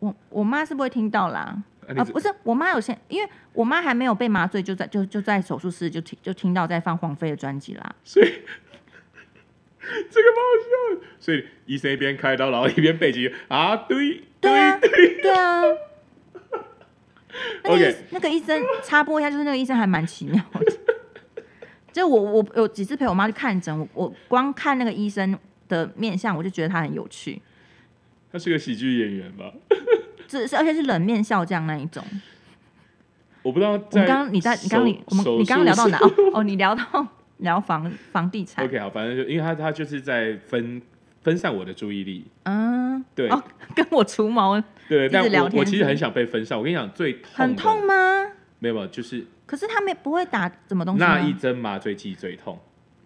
[SPEAKER 2] 我我妈是不会听到啦。
[SPEAKER 1] 啊你
[SPEAKER 2] 啊，
[SPEAKER 1] 是
[SPEAKER 2] 不是，我妈有先，因为我妈还没有被麻醉，就在就就在手术室就听就听到在放黄飞的专辑啦。
[SPEAKER 1] 所以 *laughs* 这个蛮好笑的。所以医生一边开刀，然后一边背景啊，对
[SPEAKER 2] 对啊，对啊。那个
[SPEAKER 1] OK
[SPEAKER 2] 医那个医生插播一下，就是那个医生还蛮奇妙的。就我我有几次陪我妈去看诊，我我光看那个医生的面相，我就觉得他很有趣，
[SPEAKER 1] 他是个喜剧演员吧？
[SPEAKER 2] 只是而且是冷面笑匠那一种。
[SPEAKER 1] 我不知道
[SPEAKER 2] 我
[SPEAKER 1] 在
[SPEAKER 2] 们刚刚你在你刚刚你
[SPEAKER 1] 手
[SPEAKER 2] 我们
[SPEAKER 1] 手
[SPEAKER 2] 你刚刚聊
[SPEAKER 1] 术
[SPEAKER 2] 到
[SPEAKER 1] 室 *laughs*
[SPEAKER 2] 哪？哦，哦你聊到聊房房地产，
[SPEAKER 1] OK，好，反正就因为他他就是在分分散我的注意力，
[SPEAKER 2] 嗯。吗？
[SPEAKER 1] 对
[SPEAKER 2] 哦，跟我除毛
[SPEAKER 1] 对，但
[SPEAKER 2] 一直聊
[SPEAKER 1] 我
[SPEAKER 2] 天
[SPEAKER 1] 我其实很想被分散。我跟你讲，最痛
[SPEAKER 2] 很
[SPEAKER 1] 的
[SPEAKER 2] 痛，吗？
[SPEAKER 1] 没有没有，就是
[SPEAKER 2] 可是他们不会打什么东西吗？
[SPEAKER 1] 那一针麻醉剂最痛，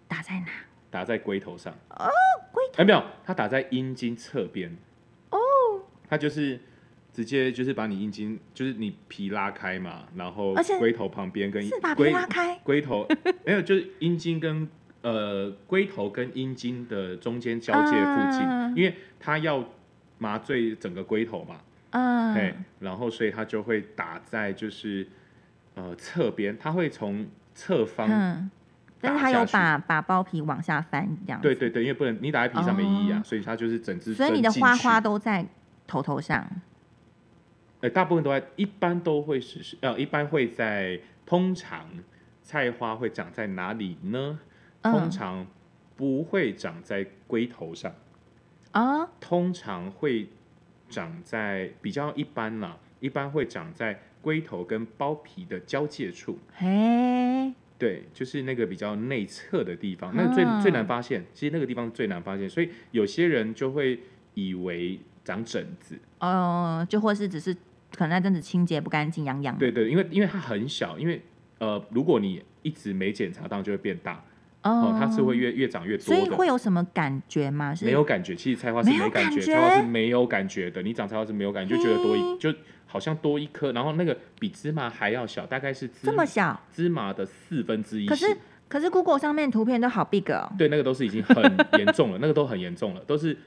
[SPEAKER 2] 打在哪？
[SPEAKER 1] 打在龟头上。
[SPEAKER 2] 哦，龟
[SPEAKER 1] 头。哎，没有，它打在阴茎侧边。哦。它就是直接就是把你阴茎，就是你皮拉开嘛，然后
[SPEAKER 2] 而且
[SPEAKER 1] 龟头旁边跟
[SPEAKER 2] 是把皮
[SPEAKER 1] 龟
[SPEAKER 2] 拉开，
[SPEAKER 1] 龟头没有，就是阴茎跟呃龟头跟阴茎的中间交界附近，
[SPEAKER 2] 嗯
[SPEAKER 1] 因为它要麻醉整个龟头嘛，对、
[SPEAKER 2] 嗯，
[SPEAKER 1] 然后所以它就会打在就是呃侧边，它会从侧方、
[SPEAKER 2] 嗯，但是
[SPEAKER 1] 打
[SPEAKER 2] 他
[SPEAKER 1] 下
[SPEAKER 2] 有
[SPEAKER 1] 去
[SPEAKER 2] 把把包皮往下翻这样子，
[SPEAKER 1] 对对对，因为不能你打在皮上没意义啊，
[SPEAKER 2] 哦
[SPEAKER 1] 所以它就是整只
[SPEAKER 2] 所以你
[SPEAKER 1] 针
[SPEAKER 2] 的
[SPEAKER 1] 进
[SPEAKER 2] 花
[SPEAKER 1] 去
[SPEAKER 2] 花都在头头上，
[SPEAKER 1] 呃，大部分都在，一般都会实施，呃，一般会在通常菜花会长在哪里呢？通
[SPEAKER 2] 嗯，
[SPEAKER 1] 常不会长在龟头上，
[SPEAKER 2] 哦，
[SPEAKER 1] 通常会长在比较一般啦，一般会长在龟头跟包皮的交界处，
[SPEAKER 2] 嘿，
[SPEAKER 1] 对，就是那个比较内侧的地方，那个最、最难
[SPEAKER 2] 嗯
[SPEAKER 1] 发现，其实那个地方最难发现，所以有些人就会以为长疹子，
[SPEAKER 2] 哦，就或是只是可能那阵子清洁不干净，痒痒，
[SPEAKER 1] 对，对，因为因为它很小，因为呃，如果你一直没检查，当然就会变大哦、
[SPEAKER 2] 哦，
[SPEAKER 1] 它是会越越长越多
[SPEAKER 2] 所以
[SPEAKER 1] 的。
[SPEAKER 2] 会有什么感觉吗？是
[SPEAKER 1] 没有感觉，其实菜花是
[SPEAKER 2] 没有
[SPEAKER 1] 没感
[SPEAKER 2] 感
[SPEAKER 1] 觉，
[SPEAKER 2] 觉
[SPEAKER 1] 菜花是没有感觉的。你长菜花是没有感觉，就觉得多一
[SPEAKER 2] 嘿
[SPEAKER 1] 就好像多一颗，然后那个比芝麻还要小，大概是芝
[SPEAKER 2] 这么小，
[SPEAKER 1] 芝麻的四分之一。
[SPEAKER 2] 可是可是 Google 上面图片都好 big 哦，
[SPEAKER 1] 对那个都是已经
[SPEAKER 2] *laughs*
[SPEAKER 1] 很严重了，那个都很严重了，都是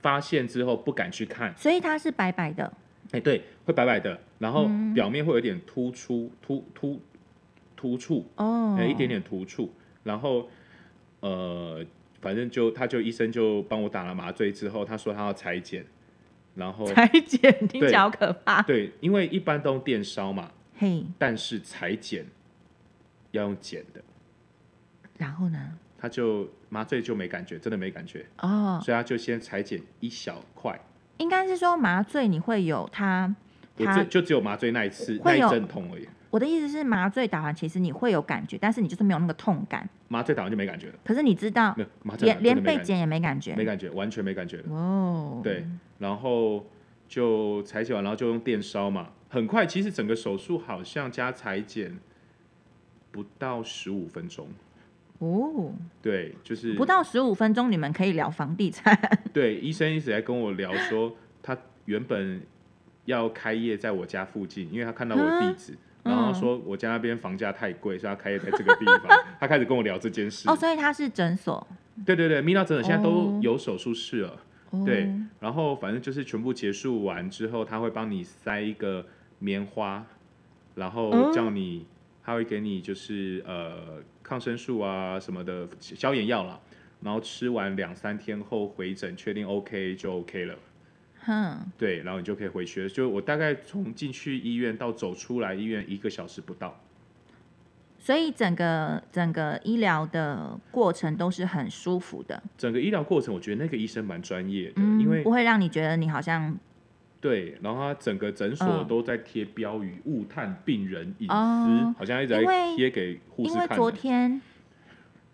[SPEAKER 1] 发现之后不敢去看。
[SPEAKER 2] 所以它是白白的，
[SPEAKER 1] 哎，对，会白白的，然后
[SPEAKER 2] 嗯
[SPEAKER 1] 表面会有点突出、突突突触，哎
[SPEAKER 2] 哦，
[SPEAKER 1] 有一
[SPEAKER 2] *laughs*
[SPEAKER 1] 点点突触，然后呃，反正就他就医生就帮我打了麻醉之后，他说他要裁剪，然后
[SPEAKER 2] 裁剪，听起来好可怕，
[SPEAKER 1] 对，因为一般都用电烧嘛，
[SPEAKER 2] 嘿，
[SPEAKER 1] 但是裁剪要用剪的，
[SPEAKER 2] 然后呢？
[SPEAKER 1] 他就麻醉就没感觉，真的没感觉，
[SPEAKER 2] 哦，
[SPEAKER 1] 所以他就先裁剪一小块，
[SPEAKER 2] 应该是说麻醉你会有它，
[SPEAKER 1] 我这
[SPEAKER 2] 它
[SPEAKER 1] 就只有麻醉那一次那
[SPEAKER 2] 会
[SPEAKER 1] 一
[SPEAKER 2] 有
[SPEAKER 1] 阵痛而已，
[SPEAKER 2] 我的意思是麻醉打完其实你会有感觉，但是你就是没有那个痛感，
[SPEAKER 1] 麻醉打完就没感觉了，
[SPEAKER 2] 可是你知道
[SPEAKER 1] 没有麻醉打完真的
[SPEAKER 2] 连连
[SPEAKER 1] 没
[SPEAKER 2] 被
[SPEAKER 1] 感觉，
[SPEAKER 2] 剪也没感觉，
[SPEAKER 1] 没感觉，完全没感觉了。
[SPEAKER 2] 哦，
[SPEAKER 1] 对，然后就裁剪完，然后就用电烧嘛，很快。其实整个手术好像加裁剪不到十五分钟，
[SPEAKER 2] 哦，
[SPEAKER 1] 对，就是
[SPEAKER 2] 不到十五分钟你们可以聊房地产，
[SPEAKER 1] 对。医生一直在跟我聊说，他原本要开业在我家附近，因为他看到我的地址。
[SPEAKER 2] 嗯
[SPEAKER 1] 然后他说我家那边房价太贵，所以他开业在这个地
[SPEAKER 2] *laughs*
[SPEAKER 1] 方。他开始跟我聊这件事。
[SPEAKER 2] 哦，所以它是诊所，
[SPEAKER 1] 对对对，米娜真的现在都
[SPEAKER 2] 哦
[SPEAKER 1] 有手术室了。
[SPEAKER 2] 哦
[SPEAKER 1] 对，然后反正就是全部结束完之后，他会帮你塞一个棉花，然后
[SPEAKER 2] 嗯
[SPEAKER 1] 叫你，他会给你就是呃抗生素啊什么的消炎药啦，然后吃完两三天后回诊，确定 OK 就 OK 了。
[SPEAKER 2] 哼，
[SPEAKER 1] 对，然后你就可以回去了。就我大概从进去医院到走出来医院一个小时不到，
[SPEAKER 2] 所以整个整个医疗的过程都是很舒服的，
[SPEAKER 1] 整个医疗过程，我觉得那个医生蛮专业的，
[SPEAKER 2] 嗯，
[SPEAKER 1] 因为
[SPEAKER 2] 不会让你觉得你好像
[SPEAKER 1] 对，然后他整个诊所
[SPEAKER 2] 嗯
[SPEAKER 1] 都在贴标语，勿探病人隐私，
[SPEAKER 2] 哦
[SPEAKER 1] 好像一直
[SPEAKER 2] 因
[SPEAKER 1] 在
[SPEAKER 2] 为
[SPEAKER 1] 贴给护士
[SPEAKER 2] 因为
[SPEAKER 1] 看的。
[SPEAKER 2] 昨天，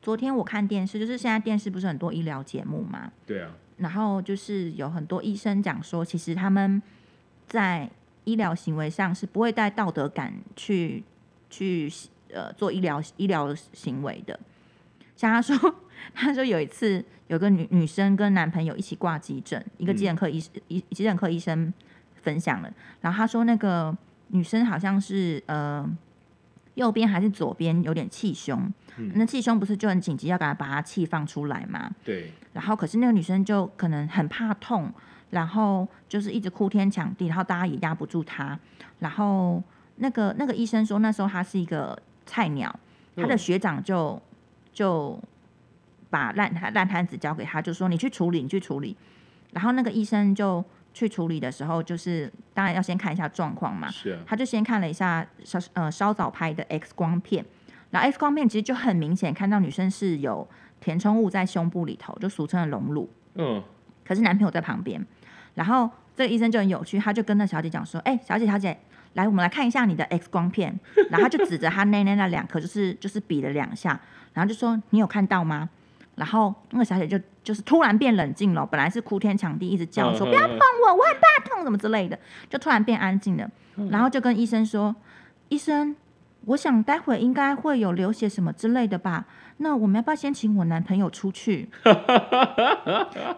[SPEAKER 2] 昨天我看电视，就是现在电视不是很多医疗节目嘛，
[SPEAKER 1] 对啊，
[SPEAKER 2] 然后就是有很多医生讲说，其实他们在医疗行为上是不会带道德感去去呃做医疗医疗行为的。像他说，他说有一次有个女女生跟男朋友一起挂急诊，一个急诊科医医、急诊科医生分享了，然后他说那个女生好像是呃右边还是左边有点气胸，
[SPEAKER 1] 嗯
[SPEAKER 2] 那气胸不是就很紧急要给她把她气放出来嘛？
[SPEAKER 1] 对，
[SPEAKER 2] 然后可是那个女生就可能很怕痛，然后就是一直哭天抢地，然后大家也压不住她。然后那个那个医生说，那时候她是一个菜鸟，她的
[SPEAKER 1] 嗯
[SPEAKER 2] 学长就就把烂摊烂摊子交给她，就说你去处理，你去处理。然后那个医生就去处理的时候，就是当然要先看一下状况嘛，
[SPEAKER 1] 是啊，
[SPEAKER 2] 他就先看了一下稍呃稍早拍的 X 光片，然后 X 光片其实就很明显看到女生是有填充物在胸部里头，就俗称的隆乳，
[SPEAKER 1] 嗯，
[SPEAKER 2] 可是男朋友在旁边，然后这个医生就很有趣，他就跟那小姐讲说：“哎、小姐小姐，来我们来看一下你的 X 光片。”然后他就指着他内内那两颗，就是就是比了两下，然后就说：“你有看到吗？”然后那个小姐就就是突然变冷静了，本来是哭天抢地一直叫说不要
[SPEAKER 1] 碰
[SPEAKER 2] 碰我，我很怕痛什么之类的，就突然变安静了，然后就跟医生说，医生，我想待会应该会有流血什么之类的吧，那我们要不要先请我男朋友出去？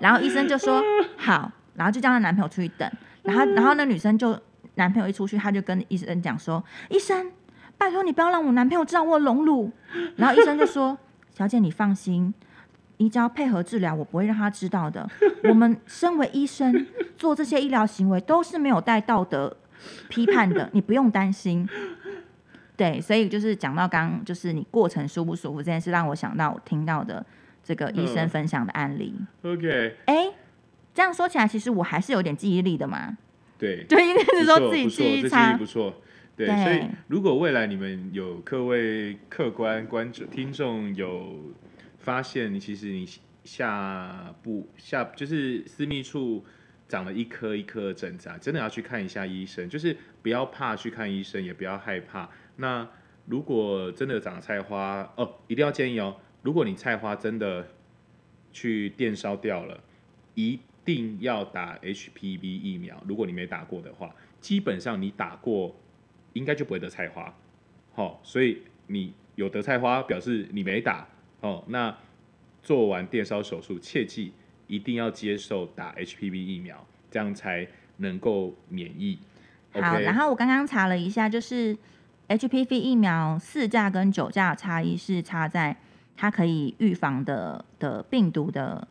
[SPEAKER 2] 然后医生就说好，然后就叫她男朋友出去等，然后然后那女生就男朋友一出去，她就跟医生讲说，医生，拜托你不要让我男朋友知道我有隆乳，然后医生就说，小姐你放心。你只要配合治疗，我不会让他知道的。我们身为医生，做这些医疗行为都是没有带道德批判的，你不用担心。对，所以就是讲到刚刚，就是你过程舒不舒服这件事，让我想到我听到的这个医生
[SPEAKER 1] 嗯
[SPEAKER 2] 分享的案例。
[SPEAKER 1] *laughs* OK，
[SPEAKER 2] 哎、这样说起来，其实我还是有点记忆力的嘛。
[SPEAKER 1] 对，
[SPEAKER 2] 对，因为那
[SPEAKER 1] 不
[SPEAKER 2] 时候
[SPEAKER 1] 错
[SPEAKER 2] 自己
[SPEAKER 1] 不错
[SPEAKER 2] 记忆
[SPEAKER 1] 这
[SPEAKER 2] 差
[SPEAKER 1] 不。错。对，
[SPEAKER 2] 对
[SPEAKER 1] 所以如果未来你们有各位客观观众、听众有发现，你其实你下部下就是私密处长了一颗一颗的疹子啊，真的要去看一下医生，就是不要怕去看医生，也不要害怕。那如果真的长菜花，哦，一定要建议哦，如果你菜花真的去电烧掉了，一定要打 HPV 疫苗。如果你没打过的话，基本上你打过，应该就不会得菜花。好、所以你有得菜花，表示你没打。哦，那做完电烧手术，切记一定要接受打 HPV 疫苗，这样才能够免疫。
[SPEAKER 2] 好，
[SPEAKER 1] OK，
[SPEAKER 2] 然后我刚刚查了一下，就是 HPV 疫苗四价跟九价的差异是差在它可以预防的的病毒的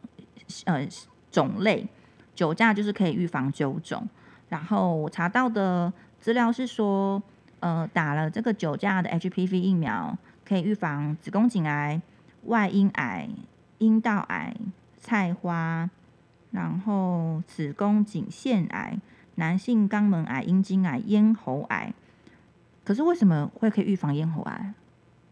[SPEAKER 2] 呃种类，九价就是可以预防九种。然后我查到的资料是说，呃，打了这个九价的 HPV 疫苗，可以预防子宫颈癌、外阴癌、阴道癌、菜花，然后子宫颈腺癌、男性肛门癌、阴茎癌、咽喉癌。可是为什么会可以预防咽喉癌？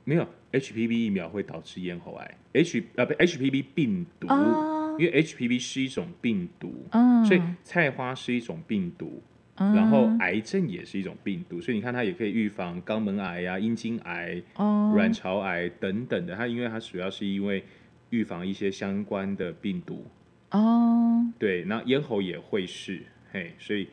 [SPEAKER 1] 没有 HPV 疫苗会导致咽喉癌，H 呃不 HPV 病毒，
[SPEAKER 2] 哦
[SPEAKER 1] 因为 HPV 是一种病毒，
[SPEAKER 2] 嗯，
[SPEAKER 1] 所以菜花是一种病毒，
[SPEAKER 2] 嗯
[SPEAKER 1] 然后癌症也是一种病毒，所以你看它也可以预防肛门癌啊、阴茎癌、
[SPEAKER 2] 哦，
[SPEAKER 1] 卵巢癌等等的。它因为它主要是因为预防一些相关的病毒，
[SPEAKER 2] 哦，
[SPEAKER 1] 对，那咽喉也会是，嘿，所以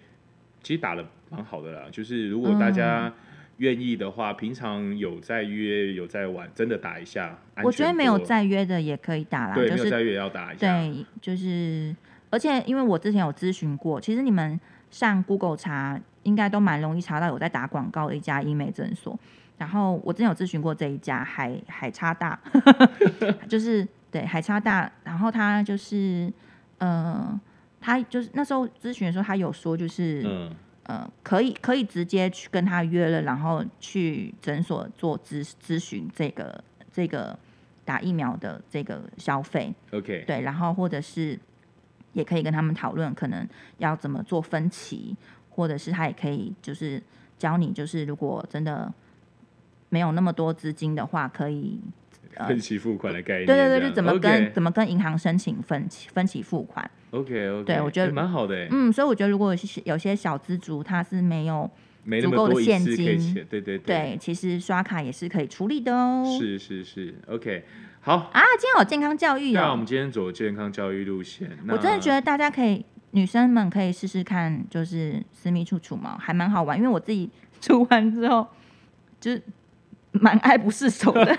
[SPEAKER 1] 其实打的蛮好的啦。就是如果大
[SPEAKER 2] 嗯
[SPEAKER 1] 家愿意的话，平常有在约有在玩，真的打一下。安
[SPEAKER 2] 我觉
[SPEAKER 1] 全
[SPEAKER 2] 得没有
[SPEAKER 1] 多了
[SPEAKER 2] 再约的也可以打啦，
[SPEAKER 1] 对，
[SPEAKER 2] 就
[SPEAKER 1] 没有
[SPEAKER 2] 是
[SPEAKER 1] 在约也要打一下。
[SPEAKER 2] 对，就是，而且因为我之前有咨询过，其实你们上 Google 查，应该都蛮容易查到有在打广告的一家医美诊所。然后我之前有咨询过这一家海海差大， *laughs* 就是对海差大，然后他就是呃，他就是那时候咨询的时候，他有说就是、
[SPEAKER 1] 嗯，
[SPEAKER 2] 呃，可以可以直接去跟他约了，然后去诊所做咨咨询这个这个打疫苗的这个消费。
[SPEAKER 1] OK，
[SPEAKER 2] 对，然后或者是也可以跟他们讨论，可能要怎么做分歧，或者是他也可以就是教你，就是如果真的没有那么多资金的话，可以呃
[SPEAKER 1] 分期付款的概念
[SPEAKER 2] 对
[SPEAKER 1] 这
[SPEAKER 2] 对
[SPEAKER 1] 样，
[SPEAKER 2] 对，就怎么跟怎么跟银行申请分期分期付款。
[SPEAKER 1] OK OK，
[SPEAKER 2] 对我觉得
[SPEAKER 1] 蛮好的欸，
[SPEAKER 2] 嗯，所以我觉得如果有些有些小资族他是没有
[SPEAKER 1] 没那
[SPEAKER 2] 足
[SPEAKER 1] 么
[SPEAKER 2] 够的
[SPEAKER 1] 多一
[SPEAKER 2] 现
[SPEAKER 1] 次可以
[SPEAKER 2] 金
[SPEAKER 1] 切，对对对，
[SPEAKER 2] 对，其实刷卡也是可以处理的哦。
[SPEAKER 1] 是是是，OK，好，
[SPEAKER 2] 啊，今天有健康教育
[SPEAKER 1] 那我
[SPEAKER 2] 哦
[SPEAKER 1] 们，今天走健康教育路线，
[SPEAKER 2] 我真的觉
[SPEAKER 1] 得
[SPEAKER 2] 得大家可以，女生们可以试试看，就是私密处除毛还蛮好玩，因为我自己 *laughs* 除完之后就是蛮爱不释手的，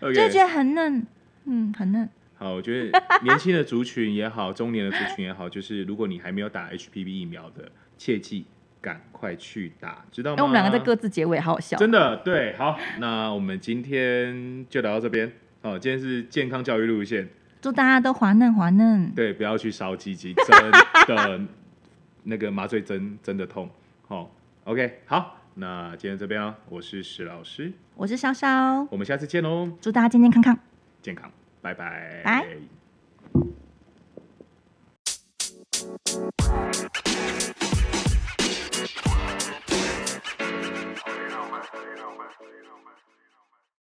[SPEAKER 2] 就觉
[SPEAKER 1] OK，
[SPEAKER 2] 得很嫩，嗯，很嫩。
[SPEAKER 1] 好，我觉得年轻的族群也好， *laughs* 中年的族群也好，就是如果你还没有打 HPV 疫苗的，切记赶快去打，知道
[SPEAKER 2] 因
[SPEAKER 1] 吗？
[SPEAKER 2] 哎为我们两个在各自结尾，好好笑。
[SPEAKER 1] 真的对，好，那我们今天就聊到这边。哦，今天是健康教育路线，
[SPEAKER 2] 祝大家都滑嫩滑嫩，
[SPEAKER 1] 对，不要去烧鸡鸡，真的那个麻醉针真的痛。好、o k 好，那今天这边啊，我是史老师，
[SPEAKER 2] 我是潇潇，
[SPEAKER 1] 我们下次见喽，
[SPEAKER 2] 祝大家健健康康。
[SPEAKER 1] 健康，拜拜。
[SPEAKER 2] 拜